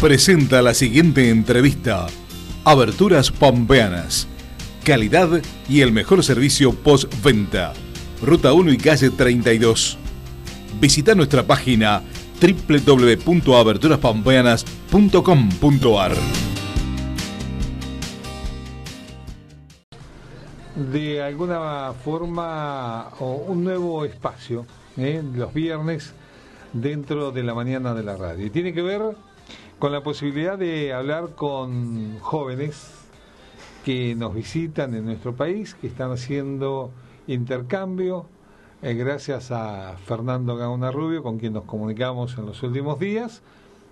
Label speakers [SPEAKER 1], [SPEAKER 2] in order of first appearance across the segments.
[SPEAKER 1] presenta la siguiente entrevista. Aberturas Pampeanas. Calidad y el mejor servicio postventa. Ruta 1 y calle 32. Visita nuestra página www.aberturaspampeanas.com.ar.
[SPEAKER 2] de alguna forma o un nuevo espacio ¿eh? los viernes dentro de la mañana de la radio. Y tiene que ver con la posibilidad de hablar con jóvenes que nos visitan en nuestro país, que están haciendo intercambio, eh, gracias a Fernando Gauna Rubio, con quien nos comunicamos en los últimos días.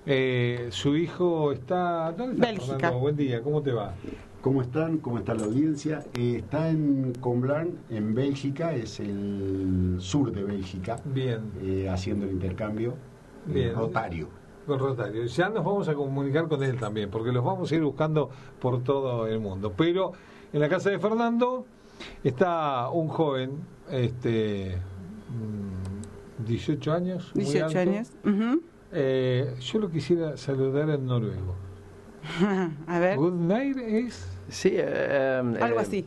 [SPEAKER 2] Eh, su hijo está... ¿Dónde está
[SPEAKER 3] Bélgica.
[SPEAKER 2] Fernando? Buen día, ¿cómo te va?
[SPEAKER 4] ¿Cómo están? ¿Cómo está la audiencia? Eh, está en Comblan, en Bélgica, es el sur de Bélgica,
[SPEAKER 2] Bien.
[SPEAKER 4] eh, haciendo el intercambio eh,
[SPEAKER 2] Bien.
[SPEAKER 4] rotario.
[SPEAKER 2] Con Rotario. Ya nos vamos a comunicar con él también, porque los vamos a ir buscando por todo el mundo. Pero en la casa de Fernando está un joven, este, mm, 18 años. muy
[SPEAKER 3] 18
[SPEAKER 2] alto.
[SPEAKER 3] años. Ujú.
[SPEAKER 2] Eh, yo lo quisiera saludar en noruego.
[SPEAKER 3] A ver.
[SPEAKER 2] Good night es.
[SPEAKER 5] Sí, eh, eh,
[SPEAKER 3] Algo así.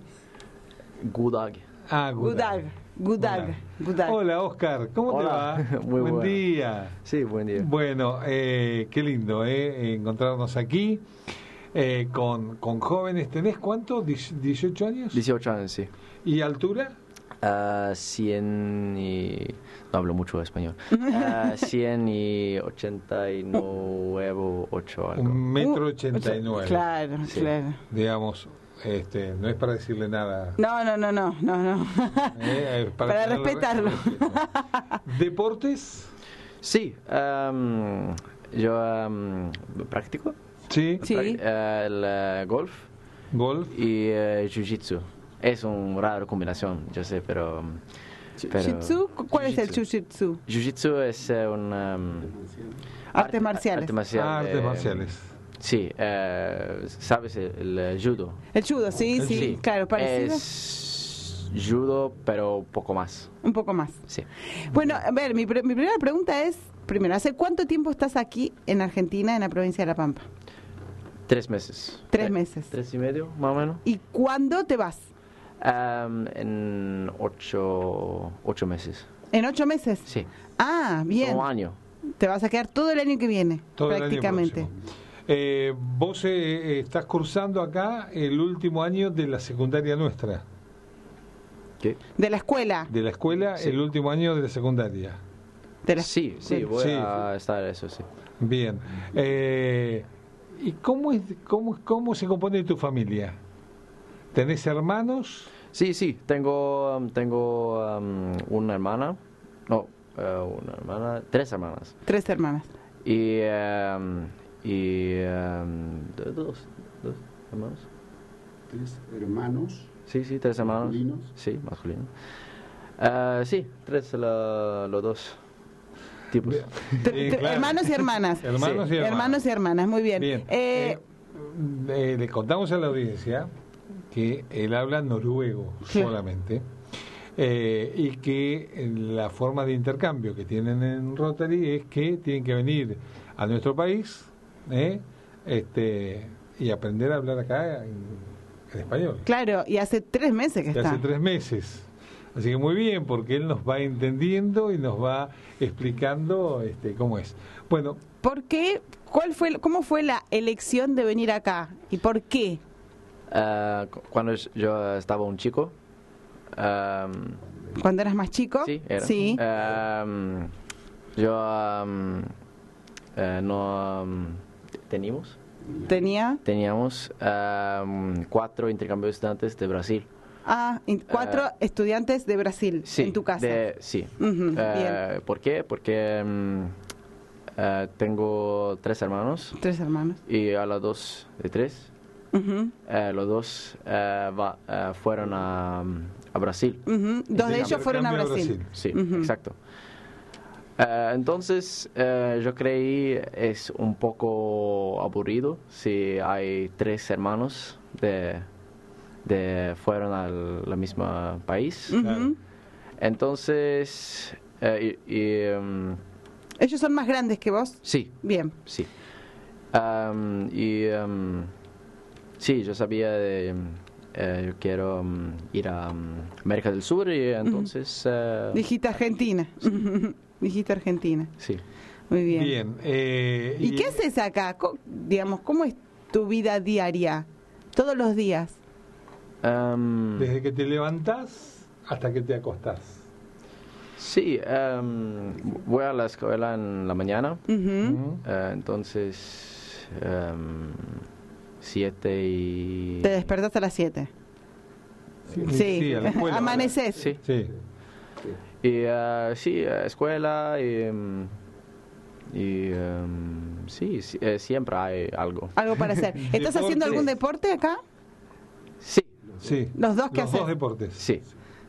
[SPEAKER 5] God dag.
[SPEAKER 2] Ah, good
[SPEAKER 3] Gudag.
[SPEAKER 2] night.
[SPEAKER 3] Gudag. Gudag.
[SPEAKER 2] Hola, Oscar. ¿Cómo
[SPEAKER 5] Hola.
[SPEAKER 2] te va?
[SPEAKER 5] Muy
[SPEAKER 2] Buen
[SPEAKER 5] bueno.
[SPEAKER 2] día.
[SPEAKER 5] Sí, buen día.
[SPEAKER 2] Bueno, eh, qué lindo eh, encontrarnos aquí eh, con, con jóvenes. ¿Tenés cuánto? Diec- ¿18 años?
[SPEAKER 5] 18 años, sí.
[SPEAKER 2] ¿Y altura?
[SPEAKER 5] Ah, 100 y... No hablo mucho español. Ah, 100 y 89, 8 algo.
[SPEAKER 2] Un metro
[SPEAKER 3] Uh,
[SPEAKER 2] ochenta y nueve.
[SPEAKER 3] Claro,
[SPEAKER 5] Sí.
[SPEAKER 3] claro.
[SPEAKER 2] Digamos, este, no es para decirle nada.
[SPEAKER 3] No, no, no, no, no, no.
[SPEAKER 2] eh, eh,
[SPEAKER 3] Para
[SPEAKER 2] tenerlo-
[SPEAKER 3] respetarlo.
[SPEAKER 2] ¿Deportes?
[SPEAKER 5] Sí, am, yo am, practico
[SPEAKER 2] Sí.
[SPEAKER 3] Sí.
[SPEAKER 5] prac- eh, el eh, golf
[SPEAKER 2] ¿Golf?
[SPEAKER 5] y eh, jiu-jitsu. Es una rara combinación, yo sé, pero... em, pero-
[SPEAKER 3] Shih Tzu, ¿cu- ¿cuál es el
[SPEAKER 5] Jiu-jitsu.
[SPEAKER 3] Shih Tzu?
[SPEAKER 5] Jiu-jitsu es eh, un... am,
[SPEAKER 3] Artes
[SPEAKER 5] arte-
[SPEAKER 3] marciales.
[SPEAKER 5] Artes marciales.
[SPEAKER 2] Ah, Artes
[SPEAKER 5] eh,
[SPEAKER 2] marciales.
[SPEAKER 5] Sí, eh, sabes el, el judo.
[SPEAKER 3] El judo, sí, sí, claro, parecido.
[SPEAKER 5] Es judo, pero un poco más.
[SPEAKER 3] Un poco más.
[SPEAKER 5] Sí.
[SPEAKER 3] Bueno, a ver, mi, pre- mi primera pregunta es, primero, ¿hace cuánto tiempo estás aquí en Argentina, en la provincia de La Pampa?
[SPEAKER 5] Tres meses.
[SPEAKER 3] Tres
[SPEAKER 5] Eh,
[SPEAKER 3] meses.
[SPEAKER 5] Tres y medio, más o menos.
[SPEAKER 3] ¿Y cuándo te vas?
[SPEAKER 5] Am, en ocho, ocho meses.
[SPEAKER 3] ¿En ocho meses?
[SPEAKER 5] Sí.
[SPEAKER 3] Ah, bien.
[SPEAKER 5] Un año.
[SPEAKER 3] Te vas a quedar todo el año que viene,
[SPEAKER 2] Todo el año
[SPEAKER 3] prácticamente.
[SPEAKER 2] próximo. Eh, vos eh, estás cursando acá el último año de la secundaria nuestra,
[SPEAKER 5] ¿Qué?
[SPEAKER 3] de la escuela.
[SPEAKER 2] de la escuela,
[SPEAKER 5] Sí.
[SPEAKER 2] el último año de la secundaria.
[SPEAKER 3] De la-
[SPEAKER 5] Sí, sí,
[SPEAKER 3] Bien.
[SPEAKER 5] voy
[SPEAKER 2] Sí.
[SPEAKER 5] a estar eso, sí.
[SPEAKER 2] Bien. Eh, ¿Y cómo, es, cómo, cómo se compone tu familia? ¿Tenés hermanos?
[SPEAKER 5] Sí, sí, tengo, am, tengo am, una hermana. No, eh, una hermana, tres hermanas.
[SPEAKER 3] Tres hermanas.
[SPEAKER 5] Y, em, y em, do- dos, dos hermanos.
[SPEAKER 4] Tres hermanos,
[SPEAKER 5] Sí, sí, tres hermanos.
[SPEAKER 4] Masculinos.
[SPEAKER 5] Sí, masculino. Eh, sí, tres la- los dos tipos.
[SPEAKER 2] Bien.
[SPEAKER 3] Tre-
[SPEAKER 2] Eh,
[SPEAKER 3] tre-
[SPEAKER 2] claro.
[SPEAKER 3] Hermanos y hermanas.
[SPEAKER 2] Hermanos y hermanas.
[SPEAKER 3] Hermanos y hermanas, muy bien.
[SPEAKER 2] Bien. Eh,
[SPEAKER 3] Eh,
[SPEAKER 2] eh, le contamos a la audiencia que él habla noruego
[SPEAKER 3] Claro.
[SPEAKER 2] solamente eh, y que la forma de intercambio que tienen en Rotary es que tienen que venir a nuestro país eh, este, y aprender a hablar acá en, en español.
[SPEAKER 3] claro, y hace tres meses que
[SPEAKER 2] que
[SPEAKER 3] está.
[SPEAKER 2] hace tres meses. Así que muy bien, porque él nos va entendiendo y nos va explicando este, cómo es. Bueno,
[SPEAKER 3] ¿Por qué? ¿Cuál fue, ¿Cómo fue la elección de venir acá? ¿Y por qué?
[SPEAKER 5] Eh, cu- cuando es- yo estaba un chico, em,
[SPEAKER 3] ¿Cuando eras más chico?
[SPEAKER 5] sí, era. Eh. Em, yo em, eh, no em, teníamos,
[SPEAKER 3] Tenía
[SPEAKER 5] teníamos em, cuatro intercambios de estudiantes de Brasil.
[SPEAKER 3] ah, y cuatro
[SPEAKER 5] Eh,
[SPEAKER 3] estudiantes de Brasil
[SPEAKER 5] Sí,
[SPEAKER 3] en tu casa.
[SPEAKER 5] de- sí.
[SPEAKER 3] Ujú,
[SPEAKER 5] Eh, ¿Por qué? Porque mm, eh, tengo tres hermanos
[SPEAKER 3] Tres hermanos.
[SPEAKER 5] y a los dos de tres,
[SPEAKER 3] Ujú,
[SPEAKER 5] eh, los dos eh, va- eh, fueron a, a Brasil.
[SPEAKER 3] ujú. Dos de ellos
[SPEAKER 2] Intercambio
[SPEAKER 3] fueron a
[SPEAKER 2] a
[SPEAKER 3] Brasil.
[SPEAKER 2] Brasil.
[SPEAKER 5] Sí,
[SPEAKER 3] Ujú.
[SPEAKER 5] exacto. Eh, entonces, eh, yo creí es un poco aburrido si hay tres hermanos de, de fueron al la misma país.
[SPEAKER 3] Ujú.
[SPEAKER 2] Claro.
[SPEAKER 5] Entonces, eh, y- y, em,
[SPEAKER 3] Ellos son más grandes que vos.
[SPEAKER 5] sí,
[SPEAKER 3] Bien.
[SPEAKER 5] sí. Um, y um, sí, yo sabía de, um, eh, yo quiero um, ir a um, América del Sur y entonces eh,
[SPEAKER 3] Dijiste Argentina. Dijiste Argentina.
[SPEAKER 5] sí.
[SPEAKER 3] Muy bien.
[SPEAKER 2] Bien. eh,
[SPEAKER 3] ¿Y, qué haces acá? Co- digamos, ¿cómo es tu vida diaria? Todos los días.
[SPEAKER 5] Um,
[SPEAKER 2] Desde que te levantás hasta que te acostás.
[SPEAKER 5] sí, um, voy a la escuela en la mañana,
[SPEAKER 3] Ujú.
[SPEAKER 2] ¿Mm?
[SPEAKER 5] eh, entonces um, siete y
[SPEAKER 3] Te despertás a las 7. Sí.
[SPEAKER 2] Mm. a la escuela.
[SPEAKER 3] Amaneces.
[SPEAKER 5] sí
[SPEAKER 2] Sí.
[SPEAKER 5] y eh, sí eh, escuela y, um, y, um, sí, sí, eh, siempre hay algo.
[SPEAKER 3] Algo para hacer. ¿Estás
[SPEAKER 2] Deportes.
[SPEAKER 3] haciendo algún deporte acá?
[SPEAKER 5] Sí,
[SPEAKER 2] sí.
[SPEAKER 3] Los dos que
[SPEAKER 2] Los
[SPEAKER 3] hacen.
[SPEAKER 2] dos deportes.
[SPEAKER 5] sí.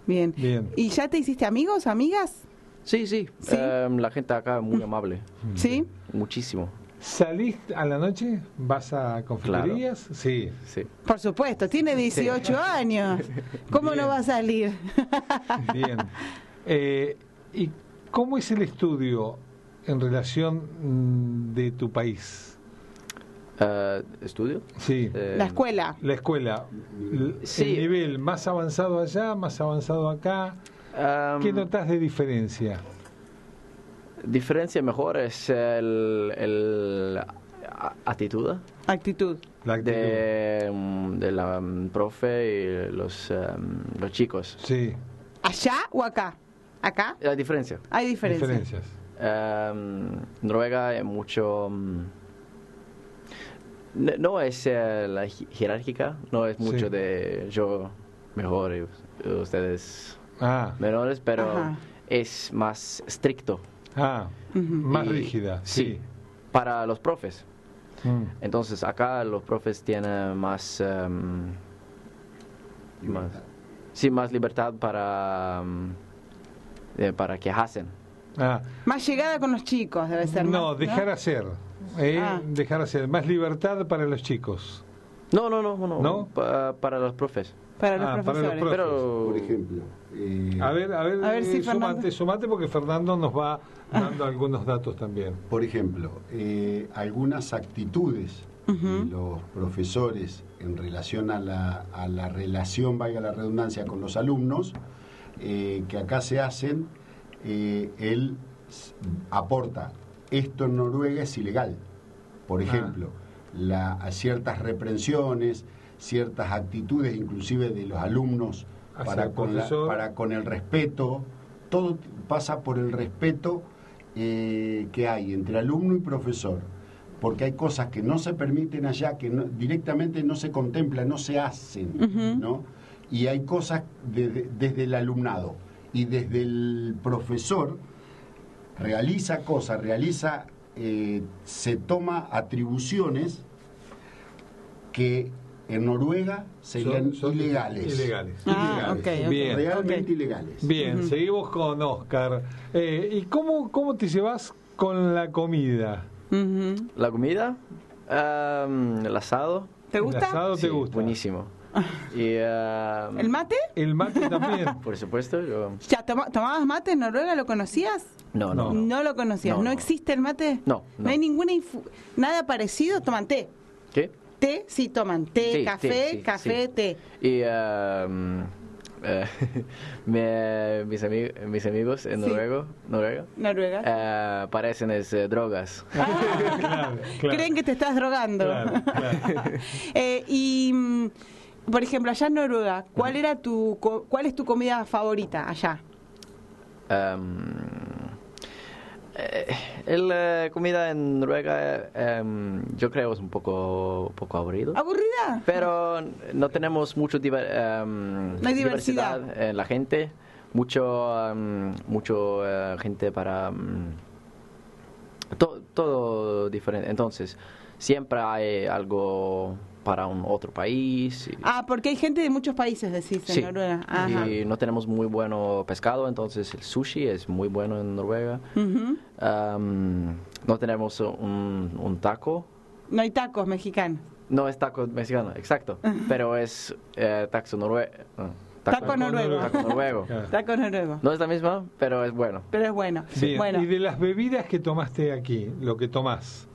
[SPEAKER 3] Bien.
[SPEAKER 2] Bien.
[SPEAKER 3] ¿Y ya te hiciste amigos, amigas?
[SPEAKER 5] Sí, sí.
[SPEAKER 3] Sí.
[SPEAKER 5] Em, la gente acá es muy amable.
[SPEAKER 2] Mm.
[SPEAKER 3] ¿Sí?
[SPEAKER 5] Muchísimo.
[SPEAKER 2] ¿Salís a la noche? ¿Vas a confiterías? Sí.
[SPEAKER 5] Sí.
[SPEAKER 3] Por supuesto, tiene 18 años. ¿Cómo
[SPEAKER 2] Bien.
[SPEAKER 3] no va a salir?
[SPEAKER 2] Bien. Eh, ¿Y cómo es el estudio en relación mm, de tu país?
[SPEAKER 5] Eh, ¿Estudio?
[SPEAKER 2] Sí.
[SPEAKER 5] Eh,
[SPEAKER 3] La escuela.
[SPEAKER 2] La escuela, l-
[SPEAKER 5] Sí.
[SPEAKER 2] el nivel más avanzado allá, más avanzado acá.
[SPEAKER 5] em,
[SPEAKER 2] ¿Qué notas de diferencia?
[SPEAKER 5] Diferencia mejor es el, el a- actitud
[SPEAKER 3] Actitud.
[SPEAKER 2] La actitud.
[SPEAKER 5] de, mm, de la mm, profe y los, em, los chicos.
[SPEAKER 2] Sí,
[SPEAKER 3] ¿Allá o acá? ¿Acá?
[SPEAKER 5] La diferencia.
[SPEAKER 3] Hay diferencia.
[SPEAKER 2] diferencias.
[SPEAKER 5] Em, Noruega es mucho... mm, no- no es eh, la ji- jerárquica, no es mucho
[SPEAKER 2] Sí.
[SPEAKER 5] de yo mejor y ustedes
[SPEAKER 2] Ah,
[SPEAKER 5] menores, pero
[SPEAKER 3] Ajá.
[SPEAKER 5] es más estricto
[SPEAKER 2] ah,
[SPEAKER 3] Ujú.
[SPEAKER 2] más
[SPEAKER 5] Y-
[SPEAKER 2] rígida. Sí.
[SPEAKER 5] para los profes.
[SPEAKER 2] Mm.
[SPEAKER 5] Entonces acá los profes tienen más, em, más sí, más libertad para em, eh, para que hacen.
[SPEAKER 2] Ah,
[SPEAKER 3] Más llegada con los chicos, debe ser.
[SPEAKER 2] no,
[SPEAKER 3] más,
[SPEAKER 2] dejar hacer. eh,
[SPEAKER 3] Ah.
[SPEAKER 2] Dejar hacer. Más libertad para los chicos.
[SPEAKER 5] No, no, no, no,
[SPEAKER 2] ¿No?
[SPEAKER 5] pa- para los profes.
[SPEAKER 3] Para los
[SPEAKER 2] Ah, para los
[SPEAKER 3] profesores.
[SPEAKER 2] profes.
[SPEAKER 5] Pero
[SPEAKER 4] Por ejemplo, eh,
[SPEAKER 2] A ver, a ver,
[SPEAKER 3] A ver si
[SPEAKER 2] eh,
[SPEAKER 3] Fernando-
[SPEAKER 2] sumate, sumate porque Fernando nos va dando algunos datos también.
[SPEAKER 4] por ejemplo, eh, algunas actitudes de los profesores en relación a la, a la relación, valga la redundancia, con los alumnos, eh, que acá se hacen, eh, él s- aporta, esto en Noruega es ilegal. Por ejemplo, la- a ciertas reprensiones, ciertas actitudes inclusive de los alumnos
[SPEAKER 2] Hacia
[SPEAKER 4] para
[SPEAKER 2] el
[SPEAKER 4] con, la-
[SPEAKER 2] profesor.
[SPEAKER 4] para con el respeto, todo t- pasa por el respeto eh, que hay entre alumno y profesor, porque hay cosas que no se permiten allá, que no- directamente no se contemplan, no se hacen, ¿no? Y hay cosas desde- desde el alumnado y desde el profesor realiza cosas, realiza, eh, se toma atribuciones que en Noruega serían
[SPEAKER 2] Son- son
[SPEAKER 4] ilegales.
[SPEAKER 2] Ilegales.
[SPEAKER 3] Ah,
[SPEAKER 2] Ilegales.
[SPEAKER 3] ok, ok.
[SPEAKER 2] Bien.
[SPEAKER 4] Realmente
[SPEAKER 3] Ok.
[SPEAKER 4] ilegales.
[SPEAKER 2] Bien, seguimos con Oscar. Eh, ¿Y cómo, cómo te llevas con la comida?
[SPEAKER 3] Ujú.
[SPEAKER 5] la comida, em, el asado,
[SPEAKER 3] ¿Te
[SPEAKER 2] ¿El
[SPEAKER 3] gusta?
[SPEAKER 2] asado
[SPEAKER 5] sí,
[SPEAKER 2] te gusta?
[SPEAKER 5] buenísimo. Y em,
[SPEAKER 3] ¿El mate?
[SPEAKER 2] El mate también.
[SPEAKER 5] por supuesto, yo
[SPEAKER 3] ¿Ya toma- tomabas mate en Noruega? ¿Lo conocías?
[SPEAKER 5] no,
[SPEAKER 2] No.
[SPEAKER 5] no.
[SPEAKER 3] No, lo conocías.
[SPEAKER 5] No,
[SPEAKER 3] No,
[SPEAKER 5] no.
[SPEAKER 3] existe el mate?
[SPEAKER 5] No, no.
[SPEAKER 3] hay ninguna infu- nada parecido? Toman té.
[SPEAKER 5] ¿Qué?
[SPEAKER 3] Té, sí, toman té,
[SPEAKER 5] Sí,
[SPEAKER 3] café,
[SPEAKER 5] té, sí,
[SPEAKER 3] café,
[SPEAKER 5] sí.
[SPEAKER 3] té.
[SPEAKER 5] Y em, eh, me- mis, ami- mis amigos en
[SPEAKER 3] Sí.
[SPEAKER 5] Noruego, Noruega
[SPEAKER 3] Noruega.
[SPEAKER 5] eh, parecen es, eh, drogas.
[SPEAKER 2] Claro, claro.
[SPEAKER 3] Creen que te estás drogando.
[SPEAKER 2] Claro, claro.
[SPEAKER 3] Eh, y, mm, por ejemplo, allá en Noruega, ¿cuál, era tu, co- ¿cuál es tu comida favorita allá? Ah.
[SPEAKER 5] Em, eh, el, eh, comida en Noruega eh, em, yo creo es un poco, poco aburrido.
[SPEAKER 3] ¿Aburrida?
[SPEAKER 5] Pero no tenemos mucho diver- em,
[SPEAKER 3] No hay diversidad.
[SPEAKER 5] en la gente, mucho, em, mucho eh, gente para em, to- todo diferente. Entonces, siempre hay algo para un otro país. y-
[SPEAKER 3] Ah, porque hay gente de muchos países, decís, en
[SPEAKER 5] sí.
[SPEAKER 3] Noruega. Ajá.
[SPEAKER 5] Y no tenemos muy bueno pescado, entonces el sushi es muy bueno en Noruega.
[SPEAKER 3] Ujú.
[SPEAKER 5] Em, no tenemos un, un taco.
[SPEAKER 3] No hay tacos mexicanos.
[SPEAKER 5] No es taco mexicano, exacto. Pero es eh, taxo norue- no,
[SPEAKER 3] Taco noruego.
[SPEAKER 5] taco noruego.
[SPEAKER 2] Claro.
[SPEAKER 3] Tacos noruegos.
[SPEAKER 5] No es la misma, pero es bueno.
[SPEAKER 3] Pero es bueno.
[SPEAKER 2] Bien,
[SPEAKER 3] Bueno,
[SPEAKER 2] Y de las bebidas que tomaste aquí, lo que tomás,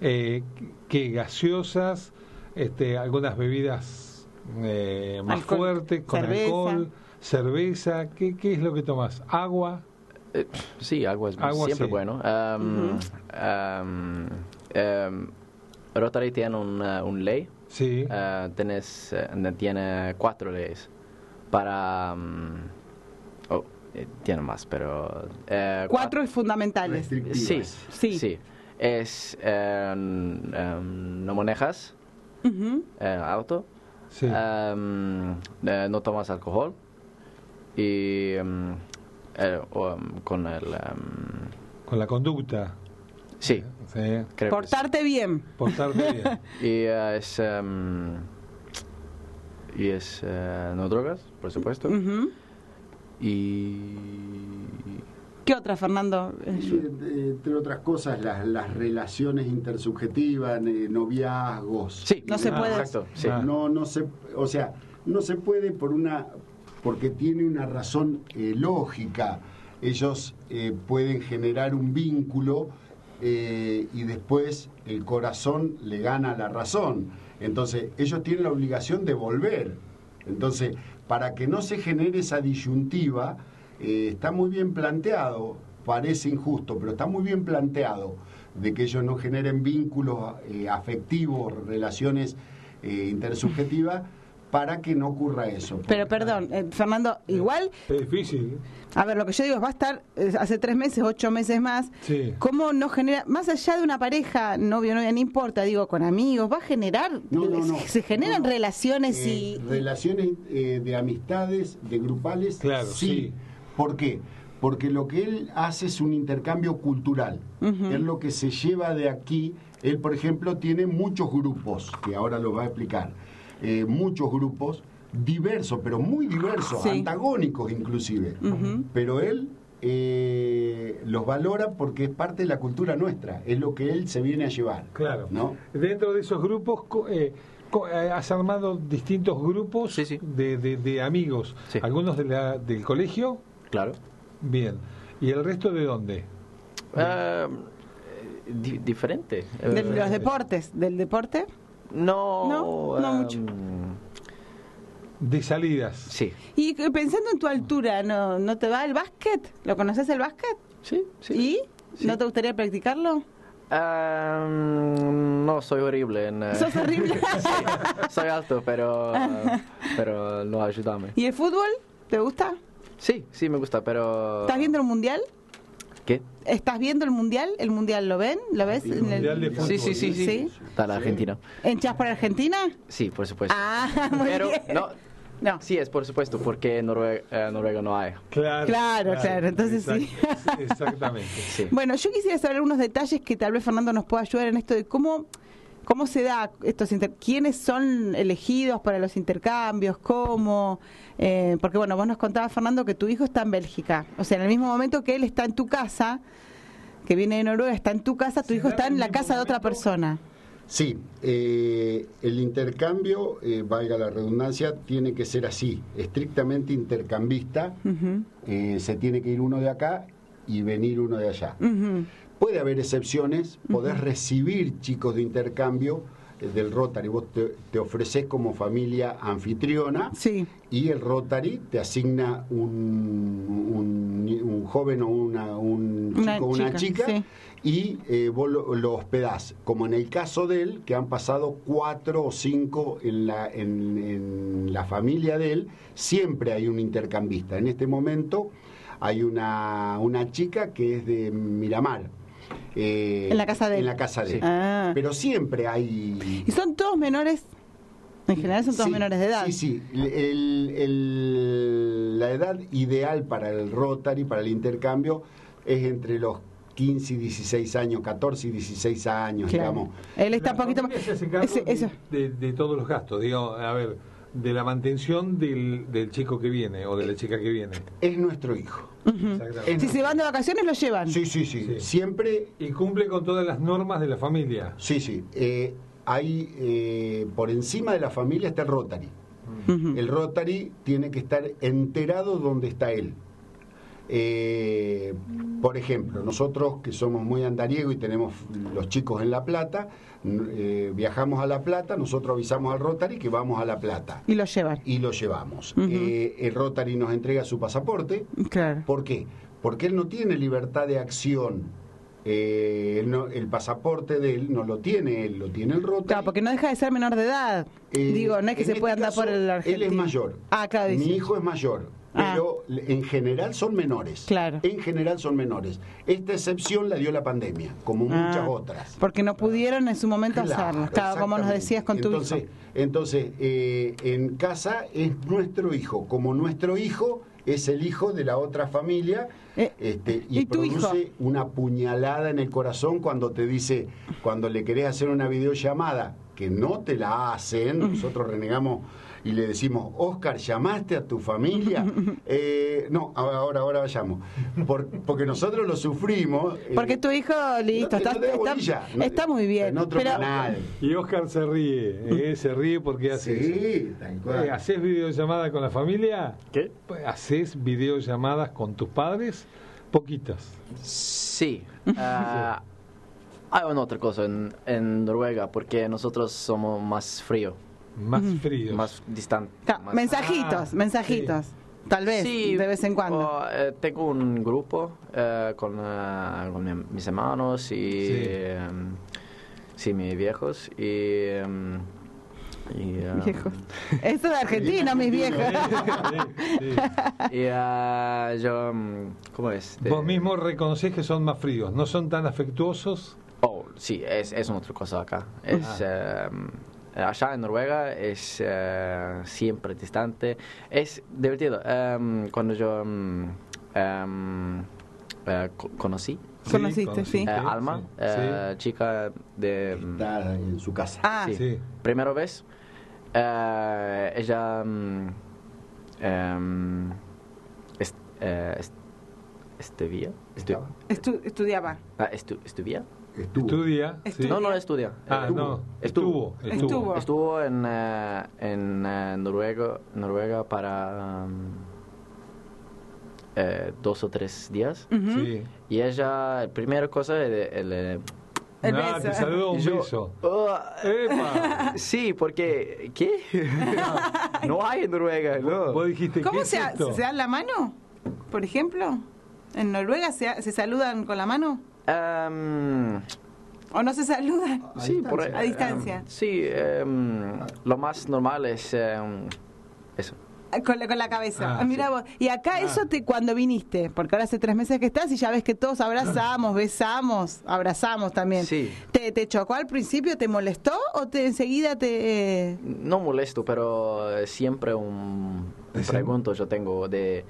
[SPEAKER 2] eh, que gaseosas, este, algunas bebidas eh, más
[SPEAKER 3] Alcohol,
[SPEAKER 2] fuertes, con
[SPEAKER 3] cerveza.
[SPEAKER 2] alcohol, cerveza. ¿Qué, qué es lo que tomas? ¿Agua?
[SPEAKER 5] Eh, sí, agua es
[SPEAKER 2] Agua
[SPEAKER 5] siempre
[SPEAKER 2] sí.
[SPEAKER 5] bueno. Um, um, um, Rotary tiene una- un ley,
[SPEAKER 2] Sí.
[SPEAKER 5] eh, tenés, eh, tiene cuatro leyes para... um, oh, eh, tiene más, pero... eh, cua-
[SPEAKER 3] Cuatro fundamentales.
[SPEAKER 5] Sí,
[SPEAKER 4] Restrictivas.
[SPEAKER 3] Sí.
[SPEAKER 5] sí. Es eh, n- em, no manejas
[SPEAKER 3] Ujú.
[SPEAKER 5] eh, auto,
[SPEAKER 2] sí.
[SPEAKER 5] em, eh, no tomas alcohol y em, eh, o, em, con el... em,
[SPEAKER 2] Con la conducta.
[SPEAKER 5] sí,
[SPEAKER 2] Sí.
[SPEAKER 5] creo que sí.
[SPEAKER 3] Portarte bien.
[SPEAKER 2] Portarte bien.
[SPEAKER 5] Y eh, es. em, y es. eh, no drogas, por supuesto.
[SPEAKER 3] Ujú.
[SPEAKER 5] Y.
[SPEAKER 3] ¿Qué otra, Fernando?
[SPEAKER 4] Y, eh, entre otras cosas, las, las relaciones intersubjetivas, eh, noviazgos.
[SPEAKER 5] Sí,
[SPEAKER 3] No se
[SPEAKER 5] ah,
[SPEAKER 3] puede.
[SPEAKER 5] Exacto, sí.
[SPEAKER 2] Ah.
[SPEAKER 4] No, no se, o sea, no se puede por una, porque tiene una razón eh, lógica. Ellos eh, pueden generar un vínculo eh, y después el corazón le gana la razón. Entonces, ellos tienen la obligación de volver. Entonces, para que no se genere esa disyuntiva, eh, está muy bien planteado, parece injusto, pero está muy bien planteado de que ellos no generen vínculos eh, afectivos, relaciones eh, intersubjetivas, para que no ocurra eso.
[SPEAKER 3] Pero perdón, eh, Fernando, igual,
[SPEAKER 2] es difícil.
[SPEAKER 3] a ver, lo que yo digo es, va a estar eh, hace tres meses, ocho meses más.
[SPEAKER 2] Sí.
[SPEAKER 3] ¿Cómo no genera, más allá de una pareja, novio, novia, no importa, digo, con amigos, va a generar,
[SPEAKER 4] No, no, no.
[SPEAKER 3] se generan
[SPEAKER 4] No, no.
[SPEAKER 3] relaciones
[SPEAKER 4] Eh,
[SPEAKER 3] y...
[SPEAKER 4] Relaciones eh, de amistades, de grupales,
[SPEAKER 2] Claro, sí.
[SPEAKER 4] ¿Por qué? Porque lo que él hace es un intercambio cultural. Es lo que se lleva de aquí. Él, por ejemplo, tiene muchos grupos, que ahora los va a explicar. eh, muchos grupos diversos, pero muy diversos,
[SPEAKER 3] Sí.
[SPEAKER 4] antagónicos inclusive.
[SPEAKER 3] Ujú.
[SPEAKER 4] Pero él eh, los valora porque es parte de la cultura nuestra. Es lo que él se viene a llevar.
[SPEAKER 2] Claro.
[SPEAKER 4] ¿no?
[SPEAKER 2] Dentro de esos grupos co- eh, co- eh, has armado distintos grupos
[SPEAKER 5] Sí, sí.
[SPEAKER 2] De, de- de amigos.
[SPEAKER 5] Sí.
[SPEAKER 2] Algunos de la- del colegio,
[SPEAKER 5] Claro.
[SPEAKER 2] bien. ¿Y el resto de dónde?
[SPEAKER 5] Em, eh, di- diferente.
[SPEAKER 3] De
[SPEAKER 5] Eh,
[SPEAKER 3] los deportes, del deporte.
[SPEAKER 5] no.
[SPEAKER 3] No, no mucho.
[SPEAKER 5] em,
[SPEAKER 2] De salidas.
[SPEAKER 5] Sí,
[SPEAKER 3] Y que pensando en tu altura, ¿no, no te va el básquet? ¿Lo conoces el básquet?
[SPEAKER 5] sí, sí.
[SPEAKER 3] ¿Y? ¿No te gustaría practicarlo?
[SPEAKER 5] Em, no, soy horrible. En, eh,
[SPEAKER 3] Sos horrible.
[SPEAKER 5] soy alto, pero. pero no ayúdame.
[SPEAKER 3] ¿Y el fútbol? ¿Te gusta?
[SPEAKER 5] Sí, sí, me gusta, pero.
[SPEAKER 3] ¿Estás viendo el mundial?
[SPEAKER 5] ¿Qué?
[SPEAKER 3] ¿Estás viendo el mundial? ¿El mundial lo ven? ¿Lo ves?
[SPEAKER 4] El
[SPEAKER 3] en, el-
[SPEAKER 2] Mundial de fútbol.
[SPEAKER 5] Sí, sí, sí, sí.
[SPEAKER 3] ¿Sí?
[SPEAKER 5] Está la
[SPEAKER 4] Sí.
[SPEAKER 5] Argentina.
[SPEAKER 3] ¿En Chas para Argentina?
[SPEAKER 5] Pues Sí, por supuesto.
[SPEAKER 3] Ah, muy
[SPEAKER 5] pero
[SPEAKER 3] bien.
[SPEAKER 5] no,
[SPEAKER 3] No.
[SPEAKER 5] sí es por supuesto porque en Norue- eh, Noruega no hay.
[SPEAKER 2] Claro,
[SPEAKER 3] Claro, claro, entonces sí.
[SPEAKER 2] exact- Exactamente.
[SPEAKER 5] Sí.
[SPEAKER 3] Bueno, yo quisiera saber algunos detalles que tal vez Fernando nos pueda ayudar en esto de cómo, cómo se da estos inter- quiénes son elegidos para los intercambios, cómo, eh, porque bueno, vos nos contabas Fernando que tu hijo está en Bélgica, o sea, en el mismo momento que él está en tu casa, que viene de Noruega, está en tu casa, tu
[SPEAKER 2] Se
[SPEAKER 3] hijo
[SPEAKER 2] da
[SPEAKER 3] está
[SPEAKER 2] en
[SPEAKER 3] en
[SPEAKER 2] el
[SPEAKER 3] la
[SPEAKER 2] mismo
[SPEAKER 3] casa de otra
[SPEAKER 2] momento.
[SPEAKER 3] persona.
[SPEAKER 4] Sí, eh, el intercambio, eh, valga la redundancia, tiene que ser así, estrictamente intercambista,
[SPEAKER 3] Ujú,
[SPEAKER 4] eh, se tiene que ir uno de acá y venir uno de allá.
[SPEAKER 3] ujú.
[SPEAKER 4] Puede haber excepciones, podés recibir chicos de intercambio eh, del Rotary, vos te, te ofreces como familia anfitriona
[SPEAKER 3] Sí,
[SPEAKER 4] y el Rotary te asigna un, un- un joven o una, un
[SPEAKER 3] Una
[SPEAKER 4] chico o una
[SPEAKER 3] chica,
[SPEAKER 4] chica
[SPEAKER 3] sí.
[SPEAKER 4] y eh, vos lo, lo hospedás. Como en el caso de él, que han pasado cuatro o cinco en la, en, en la familia de él, siempre hay un intercambista. En este momento hay una, una chica que es de Miramar. eh,
[SPEAKER 3] En la casa de él.
[SPEAKER 4] En la casa de él.
[SPEAKER 3] Ah.
[SPEAKER 4] Pero siempre hay...
[SPEAKER 3] y son todos menores, en general son todos
[SPEAKER 4] Sí,
[SPEAKER 3] menores de edad.
[SPEAKER 4] Sí, sí. El- el- la edad ideal para el Rotary, para el intercambio, es entre los 15 y 16 años, 14 y 16 años,
[SPEAKER 3] Claro.
[SPEAKER 4] digamos.
[SPEAKER 3] Él
[SPEAKER 2] La
[SPEAKER 3] está un poquito más.
[SPEAKER 2] familia se hace cargo
[SPEAKER 3] Ese-
[SPEAKER 2] de-
[SPEAKER 3] eso.
[SPEAKER 2] De, de todos los gastos, digo, a ver, de la mantención del, del chico que viene o de la chica que viene.
[SPEAKER 4] Es nuestro hijo.
[SPEAKER 2] Exactamente.
[SPEAKER 4] Es
[SPEAKER 3] Si se van de vacaciones, lo llevan.
[SPEAKER 4] Sí, sí, sí,
[SPEAKER 2] Sí.
[SPEAKER 4] Siempre,
[SPEAKER 2] Y cumple con todas las normas de la familia.
[SPEAKER 4] sí, sí. Eh, hay, eh, por encima de la familia está el Rotary.
[SPEAKER 3] Ujú.
[SPEAKER 4] El Rotary tiene que estar enterado donde está él. Eh, por ejemplo, nosotros que somos muy andariego y tenemos los chicos en La Plata, eh, viajamos a La Plata, nosotros avisamos al Rotary que vamos a La Plata
[SPEAKER 3] Y lo llevan.
[SPEAKER 4] y lo llevamos.
[SPEAKER 3] Ujú.
[SPEAKER 4] Eh, el Rotary nos entrega su pasaporte.
[SPEAKER 3] Claro.
[SPEAKER 4] ¿Por qué? Porque él no tiene libertad de acción. Eh, él no- el pasaporte de él no lo tiene él, lo tiene el Rotary.
[SPEAKER 3] Claro, porque no deja de ser menor de edad.
[SPEAKER 4] Eh,
[SPEAKER 3] Digo, no es que
[SPEAKER 4] en
[SPEAKER 3] se
[SPEAKER 4] este
[SPEAKER 3] pueda andar
[SPEAKER 4] caso,
[SPEAKER 3] por el argentino.
[SPEAKER 4] Él es mayor.
[SPEAKER 3] Ah, claro,
[SPEAKER 4] Mi
[SPEAKER 3] dice.
[SPEAKER 4] hijo es mayor.
[SPEAKER 3] Ah.
[SPEAKER 4] Pero en general son menores.
[SPEAKER 3] Claro.
[SPEAKER 4] En general son menores. Esta excepción la dio la pandemia, como
[SPEAKER 3] Ah,
[SPEAKER 4] muchas otras.
[SPEAKER 3] Porque no pudieron en su momento hacerlo. Claro, como nos
[SPEAKER 4] exactamente.
[SPEAKER 3] decías con tu
[SPEAKER 4] entonces,
[SPEAKER 3] hijo.
[SPEAKER 4] Entonces, eh, en casa es nuestro hijo. Como nuestro hijo es el hijo de la otra familia.
[SPEAKER 3] Eh,
[SPEAKER 4] este, y,
[SPEAKER 3] ¿y tu hijo?
[SPEAKER 4] produce una puñalada en el corazón cuando te dice, cuando le querés hacer una videollamada, que no te la hacen, nosotros renegamos y le decimos, Oscar, ¿llamaste a tu familia? Eh, no, ahora, ahora llamo. Por- porque nosotros lo sufrimos. eh,
[SPEAKER 3] Porque tu hijo, listo,
[SPEAKER 4] no te
[SPEAKER 3] está,
[SPEAKER 4] da
[SPEAKER 3] está-
[SPEAKER 4] bolilla, no-
[SPEAKER 3] está muy bien.
[SPEAKER 4] En otro
[SPEAKER 3] pero
[SPEAKER 4] canal.
[SPEAKER 2] Y Oscar se
[SPEAKER 3] Mm.
[SPEAKER 2] ríe, eh, se ríe porque hace eso.
[SPEAKER 4] Sí, tal
[SPEAKER 2] Eh,
[SPEAKER 4] cual.
[SPEAKER 2] ¿Haces videollamada con la familia?
[SPEAKER 5] ¿Qué?
[SPEAKER 2] Pues, ¿Haces videollamadas con tus padres? Poquitas.
[SPEAKER 5] Sí. Ah, hay una otra cosa en, en Noruega porque nosotros somos más frío,
[SPEAKER 2] Más fríos.
[SPEAKER 5] más distante.
[SPEAKER 3] Claro,
[SPEAKER 5] más-
[SPEAKER 3] mensajitos,
[SPEAKER 2] Ah,
[SPEAKER 3] mensajitos. Tal vez,
[SPEAKER 5] Sí,
[SPEAKER 3] de vez en cuando.
[SPEAKER 5] o, eh, tengo un grupo eh, con, eh, con mi- mis hermanos y
[SPEAKER 2] Sí.
[SPEAKER 5] em, sí, mis viejos y, em, y, em,
[SPEAKER 3] Viejos. Eso de argentino, mis viejos.
[SPEAKER 2] Sí.
[SPEAKER 5] y, eh, yo em, ¿cómo es? De-
[SPEAKER 2] Vos mismo reconocés que son más fríos, no son tan afectuosos.
[SPEAKER 5] Oh, sí, es, es una otra cosa acá.
[SPEAKER 2] Ah.
[SPEAKER 5] Es, em, allá en Noruega es eh, siempre distante. Es divertido. Em, cuando yo em, em, eh, co- conocí
[SPEAKER 3] Conociste, sí.
[SPEAKER 5] eh, Alma,
[SPEAKER 2] sí,
[SPEAKER 5] eh, chica de... em,
[SPEAKER 4] Está en su casa.
[SPEAKER 3] Ah,
[SPEAKER 5] sí.
[SPEAKER 2] sí.
[SPEAKER 5] primera vez, eh, ella mm, em, est- eh, est- estuvía, estu-
[SPEAKER 4] Estaba.
[SPEAKER 3] estu- estudiaba.
[SPEAKER 5] ah, estu- estuvía,
[SPEAKER 4] Estuvo.
[SPEAKER 2] Estudia. sí.
[SPEAKER 3] Estudia.
[SPEAKER 5] no, no estudia,
[SPEAKER 2] Ah,
[SPEAKER 5] estuvo.
[SPEAKER 2] no.
[SPEAKER 5] Estuvo.
[SPEAKER 2] Estuvo. Estuvo.
[SPEAKER 5] Estuvo en, eh, en eh, Noruega, Noruega para mm, eh, dos o tres
[SPEAKER 2] Mm.
[SPEAKER 5] días
[SPEAKER 3] Ujú.
[SPEAKER 2] Sí.
[SPEAKER 5] y ella, la primera cosa, el, el, eh,
[SPEAKER 3] El
[SPEAKER 2] Ah,
[SPEAKER 3] beso.
[SPEAKER 2] te saludo un
[SPEAKER 5] yo-
[SPEAKER 2] beso.
[SPEAKER 5] Ah,
[SPEAKER 2] ¡Epa!
[SPEAKER 5] Sí, porque ¿qué? no hay en Noruega, no.
[SPEAKER 2] Vos dijiste ¿qué
[SPEAKER 3] ¿Cómo
[SPEAKER 2] es
[SPEAKER 3] se, ha-
[SPEAKER 2] esto?
[SPEAKER 3] se dan la mano? Por ejemplo, en Noruega se, ha- se saludan con la mano
[SPEAKER 5] Em,
[SPEAKER 3] o no se saludan.
[SPEAKER 4] A
[SPEAKER 5] sí, por-
[SPEAKER 4] distancia.
[SPEAKER 3] A distancia.
[SPEAKER 5] em, sí, em, lo más normal es em, eso.
[SPEAKER 3] Con la, con la cabeza.
[SPEAKER 2] Ah,
[SPEAKER 3] Ah, mirá
[SPEAKER 2] sí.
[SPEAKER 3] vos. Y acá eso te cuando viniste, porque ahora hace tres meses que estás y ya ves que todos abrazamos, besamos, abrazamos también.
[SPEAKER 5] Sí.
[SPEAKER 3] ¿Te, te chocó al principio? ¿Te molestó o te enseguida te... eh,
[SPEAKER 5] No molesto, pero eh, siempre un un
[SPEAKER 2] Ese-
[SPEAKER 5] pregunto yo tengo de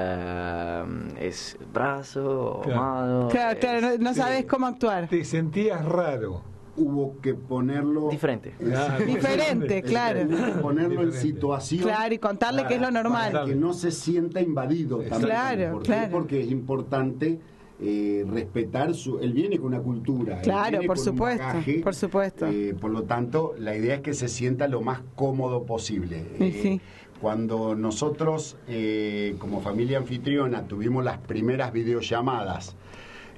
[SPEAKER 5] em, es brazo, o
[SPEAKER 2] Claro.
[SPEAKER 5] mano.
[SPEAKER 3] Claro, claro, no,
[SPEAKER 5] es
[SPEAKER 3] no
[SPEAKER 2] sí.
[SPEAKER 3] sabes cómo actuar.
[SPEAKER 2] Te sentías raro.
[SPEAKER 4] Hubo que ponerlo.
[SPEAKER 5] diferente.
[SPEAKER 2] Claro.
[SPEAKER 3] Diferente, claro.
[SPEAKER 4] Hubo que ponerlo en
[SPEAKER 2] Diferente.
[SPEAKER 4] situación.
[SPEAKER 3] Claro, y contarle que es lo
[SPEAKER 4] para
[SPEAKER 3] normal.
[SPEAKER 4] que no se sienta invadido también.
[SPEAKER 3] Claro,
[SPEAKER 4] ¿Por qué?
[SPEAKER 3] claro.
[SPEAKER 4] Porque es importante eh, respetar su. Él viene con una cultura. él
[SPEAKER 3] Claro,
[SPEAKER 4] viene
[SPEAKER 3] por
[SPEAKER 4] con un
[SPEAKER 3] supuesto, por supuesto.
[SPEAKER 4] eh, por lo tanto, la idea es que se sienta lo más cómodo posible.
[SPEAKER 3] Sí,
[SPEAKER 4] Eh,
[SPEAKER 3] sí.
[SPEAKER 4] Cuando nosotros, eh, como familia anfitriona, tuvimos las primeras videollamadas,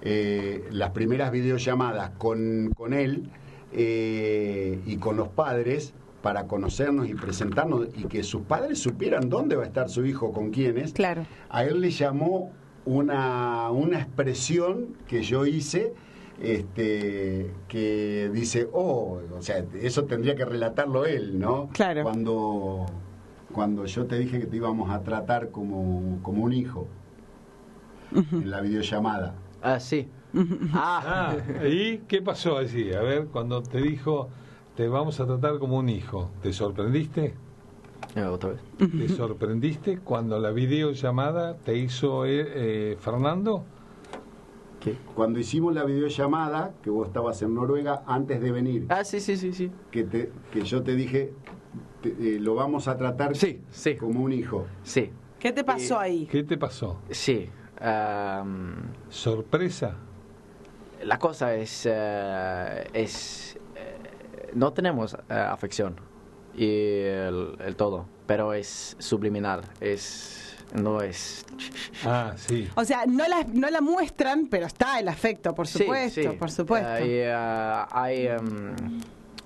[SPEAKER 4] eh, las primeras videollamadas con, con él eh, y con los padres para conocernos y presentarnos y que sus padres supieran dónde va a estar su hijo, con quiénes,
[SPEAKER 3] Claro.
[SPEAKER 4] a él le llamó una, una expresión que yo hice este, que dice, oh, o sea, eso tendría que relatarlo él, ¿no?
[SPEAKER 3] Claro.
[SPEAKER 4] Cuando, cuando yo te dije que te íbamos a tratar como, como un hijo en la videollamada.
[SPEAKER 5] Ah, sí. Ah,
[SPEAKER 2] Ah, ¿y qué pasó allí? A ver, cuando te dijo, te vamos a tratar como un hijo, ¿te sorprendiste?
[SPEAKER 5] Eh, otra vez.
[SPEAKER 2] ¿Te sorprendiste cuando la videollamada te hizo eh, eh, Fernando?
[SPEAKER 5] ¿Qué?
[SPEAKER 4] Cuando hicimos la videollamada, que vos estabas en Noruega antes de venir,
[SPEAKER 5] Ah, sí, sí, sí, sí.
[SPEAKER 4] que, te, que yo te dije, te- eh, lo vamos a tratar
[SPEAKER 5] Sí, sí.
[SPEAKER 4] como un hijo.
[SPEAKER 5] Sí,
[SPEAKER 3] ¿Qué te pasó ahí?
[SPEAKER 2] ¿Qué te pasó?
[SPEAKER 5] sí. Em,
[SPEAKER 2] ¿Sorpresa?
[SPEAKER 5] La cosa es, eh, es eh, no tenemos eh, afección y el, el todo, pero es subliminal, es no es...
[SPEAKER 2] Ah, sí.
[SPEAKER 3] O sea, no la, no la muestran, pero está el afecto, por
[SPEAKER 5] Sí,
[SPEAKER 3] supuesto,
[SPEAKER 5] sí.
[SPEAKER 3] por supuesto.
[SPEAKER 5] Eh, y, eh, hay, em,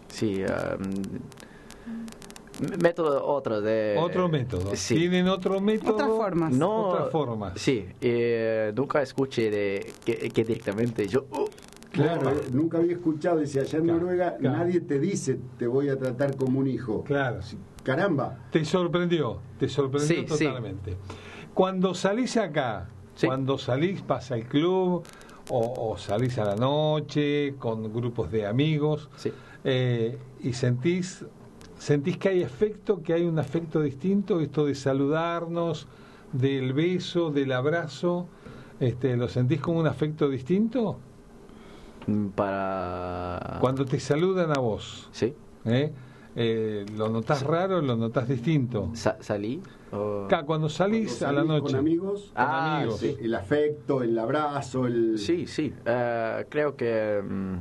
[SPEAKER 5] sí, em, método otro de...
[SPEAKER 2] Otro método.
[SPEAKER 5] Eh, Sí.
[SPEAKER 2] Tienen otro método.
[SPEAKER 3] Otras formas.
[SPEAKER 5] No,
[SPEAKER 2] Otra forma.
[SPEAKER 5] Sí, eh, nunca escuché de que, que directamente yo... "Oh,
[SPEAKER 4] Claro, eh, nunca había escuchado, dice, allá en
[SPEAKER 2] Claro,
[SPEAKER 4] Noruega
[SPEAKER 2] claro.
[SPEAKER 4] nadie te dice te voy a tratar como un hijo.
[SPEAKER 2] Claro.
[SPEAKER 4] Caramba,
[SPEAKER 2] Te sorprendió, te sorprendió
[SPEAKER 5] Sí, sí.
[SPEAKER 2] totalmente. Cuando salís acá,
[SPEAKER 5] Sí.
[SPEAKER 2] cuando salís, vas al club o, o salís a la noche con grupos de amigos
[SPEAKER 5] Sí.
[SPEAKER 2] eh, y sentís, sentís que hay afecto, que hay un afecto distinto, esto de saludarnos, del beso, del abrazo, este, ¿lo sentís como un afecto distinto?
[SPEAKER 5] mm, Para...
[SPEAKER 2] Cuando te saludan a vos,
[SPEAKER 5] Sí,
[SPEAKER 2] ¿eh? Eh, ¿lo notás raro, lo notás distinto?
[SPEAKER 5] sa- salí. o-
[SPEAKER 2] Acá, cuando salís
[SPEAKER 4] Cuando
[SPEAKER 2] a la
[SPEAKER 4] salís
[SPEAKER 2] noche.
[SPEAKER 4] con amigos,
[SPEAKER 5] Ah,
[SPEAKER 2] amigos.
[SPEAKER 5] sí.
[SPEAKER 4] el afecto, el abrazo, el...
[SPEAKER 5] Sí, sí. Eh, creo que mm,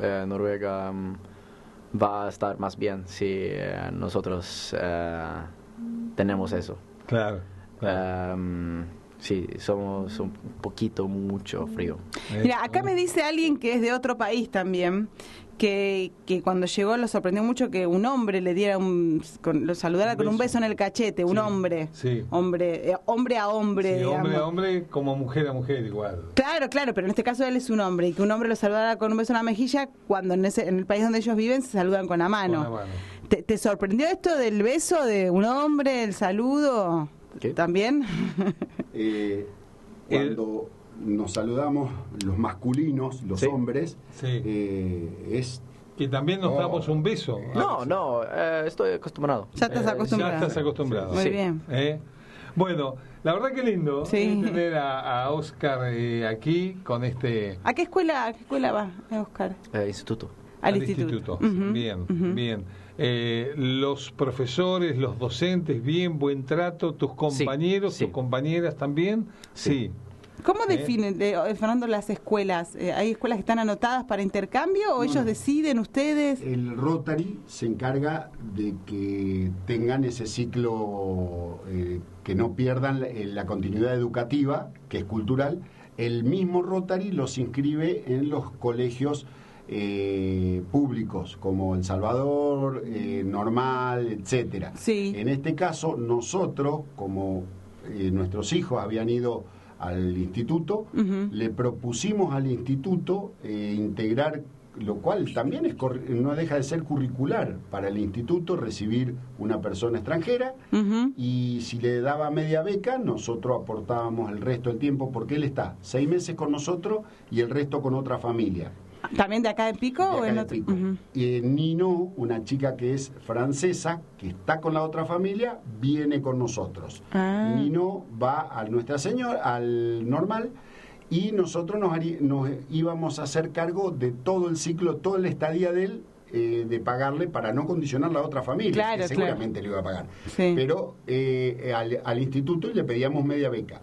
[SPEAKER 5] eh, Noruega mm, va a estar más bien si eh, nosotros eh, tenemos eso.
[SPEAKER 2] Claro. claro.
[SPEAKER 5] Em, sí, somos un poquito mucho frío.
[SPEAKER 2] Eh,
[SPEAKER 3] Mira, acá me dice alguien que es de otro país también, que, que cuando llegó lo sorprendió mucho que un hombre le diera un, con- lo saludara
[SPEAKER 2] Un
[SPEAKER 3] con un
[SPEAKER 2] beso.
[SPEAKER 3] beso en el cachete, un
[SPEAKER 2] Sí,
[SPEAKER 3] hombre,
[SPEAKER 2] sí.
[SPEAKER 3] hombre, eh, hombre a hombre,
[SPEAKER 2] Sí, hombre a
[SPEAKER 3] digamos.
[SPEAKER 2] hombre como mujer a mujer igual.
[SPEAKER 3] Claro, claro, pero en este caso él es un hombre y que un hombre lo saludara con un beso en la mejilla cuando en, ese- en el país donde ellos viven se saludan con la mano.
[SPEAKER 2] Con la mano.
[SPEAKER 3] ¿Te, te sorprendió esto del beso de un hombre, el saludo?
[SPEAKER 5] ¿Qué?
[SPEAKER 3] ¿También?
[SPEAKER 4] Eh, cuando nos saludamos los masculinos, los
[SPEAKER 5] Sí.
[SPEAKER 4] hombres,
[SPEAKER 2] Sí.
[SPEAKER 4] eh, es
[SPEAKER 2] Que también nos
[SPEAKER 4] No.
[SPEAKER 2] damos un beso.
[SPEAKER 5] No, no, eh, estoy acostumbrado.
[SPEAKER 3] ya estás
[SPEAKER 2] Eh,
[SPEAKER 3] acostumbrado.
[SPEAKER 2] Ya estás acostumbrado.
[SPEAKER 3] Muy
[SPEAKER 5] Sí.
[SPEAKER 3] bien.
[SPEAKER 2] ¿Eh? Bueno, la verdad que lindo
[SPEAKER 3] Sí.
[SPEAKER 2] eh, tener a, a Oscar eh, aquí con este
[SPEAKER 3] ¿A qué escuela, a qué escuela va, eh, Oscar?
[SPEAKER 5] Eh, instituto.
[SPEAKER 3] Al, instituto. Ujú,
[SPEAKER 2] Bien,
[SPEAKER 3] ujú.
[SPEAKER 2] bien. Eh, los profesores, los docentes, bien, buen trato, tus compañeros,
[SPEAKER 5] sí.
[SPEAKER 2] tus compañeras también. Sí.
[SPEAKER 5] Sí.
[SPEAKER 3] ¿Cómo
[SPEAKER 2] ¿Eh?
[SPEAKER 3] definen, eh, eh, Fernando, las escuelas? Eh, ¿Hay escuelas que están anotadas para intercambio o
[SPEAKER 4] Mm.
[SPEAKER 3] ellos deciden ustedes?
[SPEAKER 4] El Rotary se encarga de que tengan ese ciclo, eh, que no pierdan la, eh, la continuidad educativa, que es cultural. El mismo Rotary los inscribe en los colegios eh, públicos, como El Salvador, eh, Normal, etcétera.
[SPEAKER 3] Sí.
[SPEAKER 4] En este caso, nosotros, como eh, nuestros hijos habían ido al instituto,
[SPEAKER 3] Ujú.
[SPEAKER 4] le propusimos al instituto eh, integrar, lo cual también es corri- no deja de ser curricular para el instituto recibir una persona extranjera
[SPEAKER 3] Ujú.
[SPEAKER 4] y si le daba media beca, nosotros aportábamos el resto del tiempo porque él está seis meses con nosotros y el resto con otra familia.
[SPEAKER 3] ¿También de acá de Pico
[SPEAKER 4] de
[SPEAKER 3] o
[SPEAKER 4] acá
[SPEAKER 3] en
[SPEAKER 4] de
[SPEAKER 3] otro?
[SPEAKER 4] Pico.
[SPEAKER 3] Ujú.
[SPEAKER 4] Eh, Nino, una chica que es francesa, que está con la otra familia, viene con nosotros.
[SPEAKER 3] Ah.
[SPEAKER 4] Nino va a Nuestra Señora, al normal, y nosotros nos, harí- nos íbamos a hacer cargo de todo el ciclo, toda la estadía de él, eh, de pagarle para no condicionar la otra familia,
[SPEAKER 3] Claro,
[SPEAKER 4] que
[SPEAKER 3] claro.
[SPEAKER 4] seguramente le iba a pagar.
[SPEAKER 3] Sí.
[SPEAKER 4] Pero eh, al, al instituto le pedíamos media beca.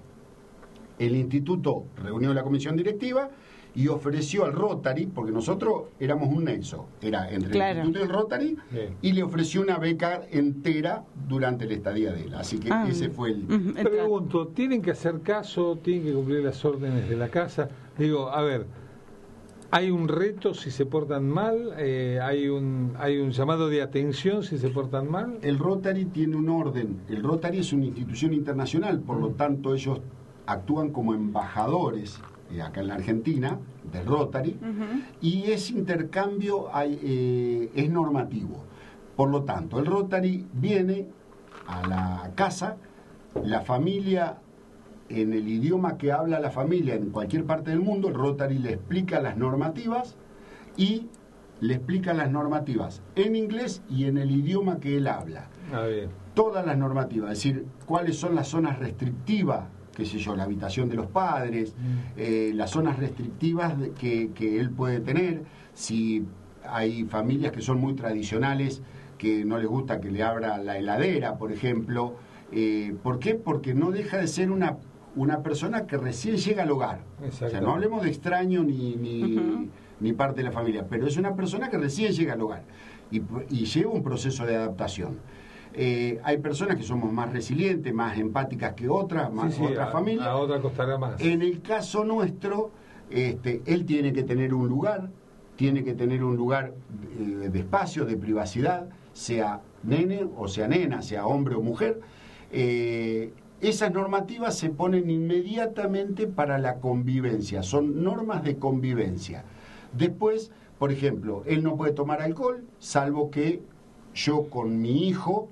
[SPEAKER 4] El instituto reunió la comisión directiva y ofreció al Rotary, porque nosotros éramos un nexo, era entre
[SPEAKER 3] Claro.
[SPEAKER 4] el instituto y el Rotary,
[SPEAKER 2] Bien.
[SPEAKER 4] y le ofreció una beca entera durante la estadía de él. Así que
[SPEAKER 3] Ah.
[SPEAKER 4] ese fue el...
[SPEAKER 3] Ujú, el trato.
[SPEAKER 2] Pregunto, ¿tienen que hacer caso? ¿Tienen que cumplir las órdenes de la casa? Digo, a ver, ¿hay un reto si se portan mal? Eh, ¿hay, un, ¿Hay un llamado de atención si se portan mal?
[SPEAKER 4] El Rotary tiene un orden. El Rotary es una institución internacional, por lo tanto ellos actúan como embajadores eh, acá en la Argentina del Rotary
[SPEAKER 3] Mm.
[SPEAKER 4] y ese intercambio hay, eh, es normativo. Por lo tanto, el Rotary viene a la casa, la familia en el idioma que habla la familia en cualquier parte del mundo, el Rotary le explica las normativas y le explica las normativas en inglés y en el idioma que él habla.
[SPEAKER 2] Ah, bien.
[SPEAKER 4] Todas las normativas, es decir, cuáles son las zonas restrictivas, qué sé yo, la habitación de los padres, eh, las zonas restrictivas de- que, que él puede tener, si hay familias que son muy tradicionales, que no les gusta que le abra la heladera, por ejemplo. Eh, ¿Por qué? Porque no deja de ser una, una persona que recién llega al hogar. O sea,
[SPEAKER 2] Exacto.
[SPEAKER 4] no hablemos de extraño ni, ni, ni parte de la familia, pero es una persona que recién llega al hogar y, y lleva un proceso de adaptación. Eh, hay personas que somos más resilientes, más empáticas que otras, más
[SPEAKER 2] Sí, sí,
[SPEAKER 4] otras
[SPEAKER 2] a-
[SPEAKER 4] familias.
[SPEAKER 2] A otra costará más.
[SPEAKER 4] En el caso nuestro, este, él tiene que tener un lugar, tiene que tener un lugar eh, de espacio, de privacidad, sea nene o sea nena, sea hombre o mujer. Eh, esas normativas se ponen inmediatamente para la convivencia, son normas de convivencia. Después, por ejemplo, él no puede tomar alcohol, salvo que yo con mi hijo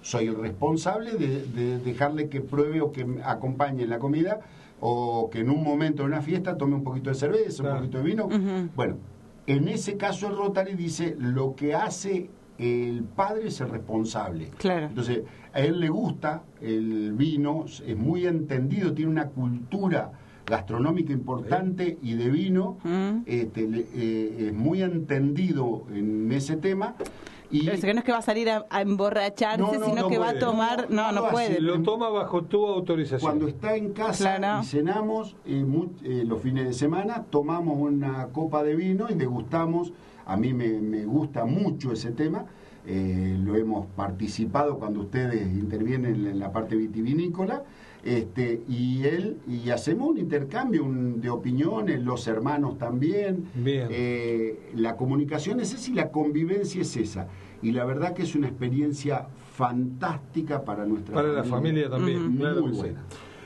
[SPEAKER 4] soy el responsable de, de dejarle que pruebe o que me acompañe en la comida o que en un momento de una fiesta tome un poquito de cerveza,
[SPEAKER 2] Claro.
[SPEAKER 4] un poquito de vino.
[SPEAKER 3] Ujú.
[SPEAKER 4] Bueno, en ese caso el Rotary dice lo que hace el padre es el responsable.
[SPEAKER 3] Claro.
[SPEAKER 4] Entonces, a él le gusta el vino, es muy entendido, tiene una cultura gastronómica importante y de vino,
[SPEAKER 3] Mm.
[SPEAKER 4] este, le- eh, es muy entendido en ese tema. Y
[SPEAKER 3] Pero que no es que va a salir a, a emborracharse,
[SPEAKER 4] No, no,
[SPEAKER 3] sino
[SPEAKER 4] no
[SPEAKER 3] que va a
[SPEAKER 2] puede.
[SPEAKER 3] tomar. No, no,
[SPEAKER 4] No, así
[SPEAKER 3] puede.
[SPEAKER 2] Lo toma bajo tu autorización.
[SPEAKER 4] Cuando está en casa
[SPEAKER 3] Claro.
[SPEAKER 4] y cenamos eh, mu- eh, los fines de semana, tomamos una copa de vino y degustamos. A mí me, me gusta mucho ese tema. eh, lo hemos participado cuando ustedes intervienen en la parte vitivinícola. Este, y él y hacemos un intercambio un- de opiniones, los hermanos también.
[SPEAKER 2] Bien.
[SPEAKER 4] Eh, la comunicación es esa y la convivencia es esa. Y la verdad que es una experiencia fantástica para nuestra
[SPEAKER 2] Para la familia también,
[SPEAKER 4] Ujú.
[SPEAKER 2] claro
[SPEAKER 4] Mm, Muy
[SPEAKER 2] que sí.
[SPEAKER 4] buena.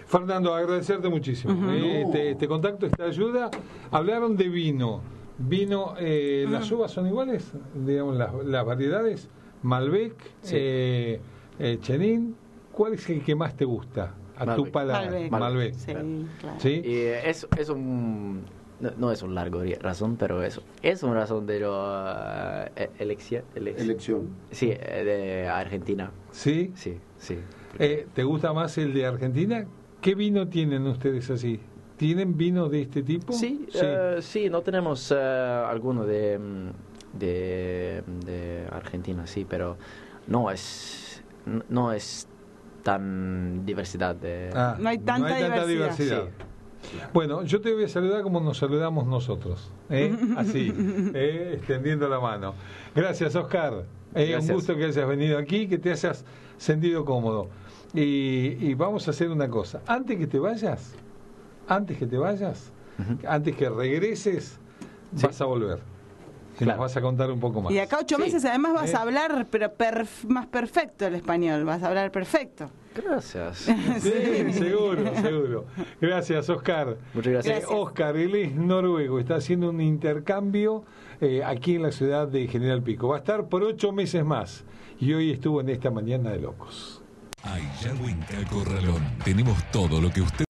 [SPEAKER 2] Fernando, agradecerte muchísimo. eh,
[SPEAKER 4] No.
[SPEAKER 2] este, este contacto, esta ayuda. Hablaron de vino. Vino, eh, ¿las uvas son iguales? Digamos, las, las variedades. Malbec,
[SPEAKER 5] Sí.
[SPEAKER 2] eh, eh, Chenin. ¿Cuál es el que más te gusta? A tu
[SPEAKER 5] Malbec.
[SPEAKER 2] paladar.
[SPEAKER 3] Malbec.
[SPEAKER 2] Malbec.
[SPEAKER 3] Sí, claro.
[SPEAKER 2] ¿Sí?
[SPEAKER 5] Y eh, es, es un... No, no es un largo ri- razón, pero es, es una razón de la elección.
[SPEAKER 4] Elección.
[SPEAKER 5] Sí, eh, de Argentina.
[SPEAKER 2] ¿Sí?
[SPEAKER 5] Sí, sí.
[SPEAKER 2] Eh, ¿Te gusta más el de Argentina? ¿Qué vino tienen ustedes así? ¿Tienen vino de este tipo?
[SPEAKER 5] Sí, eh, sí, no tenemos eh, alguno de, mm, de, mm, de Argentina, sí, pero no es, n- no es tan diversidad de...
[SPEAKER 2] Ah,
[SPEAKER 3] No hay tanta diversidad.
[SPEAKER 2] Bueno, yo te voy a saludar como nos saludamos nosotros, ¿eh? así, ¿eh? extendiendo la mano. Gracias, Oscar. Eh, un
[SPEAKER 5] Gracias.
[SPEAKER 2] gusto que hayas venido aquí, que te hayas sentido cómodo. Y, y vamos a hacer una cosa. Antes que te vayas, antes que te vayas, antes que regreses, vas a volver. Y
[SPEAKER 5] Claro.
[SPEAKER 2] nos vas a contar un poco más.
[SPEAKER 3] Y acá ocho
[SPEAKER 5] Sí.
[SPEAKER 3] meses además vas
[SPEAKER 2] Eh.
[SPEAKER 3] a hablar, pero perf- más perfecto el español. Vas a hablar perfecto.
[SPEAKER 5] Gracias.
[SPEAKER 2] Sí, seguro, seguro. Gracias, Oscar.
[SPEAKER 5] Muchas gracias.
[SPEAKER 2] Eh, Oscar, él es noruego, está haciendo un intercambio eh, aquí en la ciudad de General Pico. Va a estar por ocho meses más y hoy estuvo en esta mañana de locos.
[SPEAKER 6] Aishago en Caco Corralón. Tenemos todo lo que usted.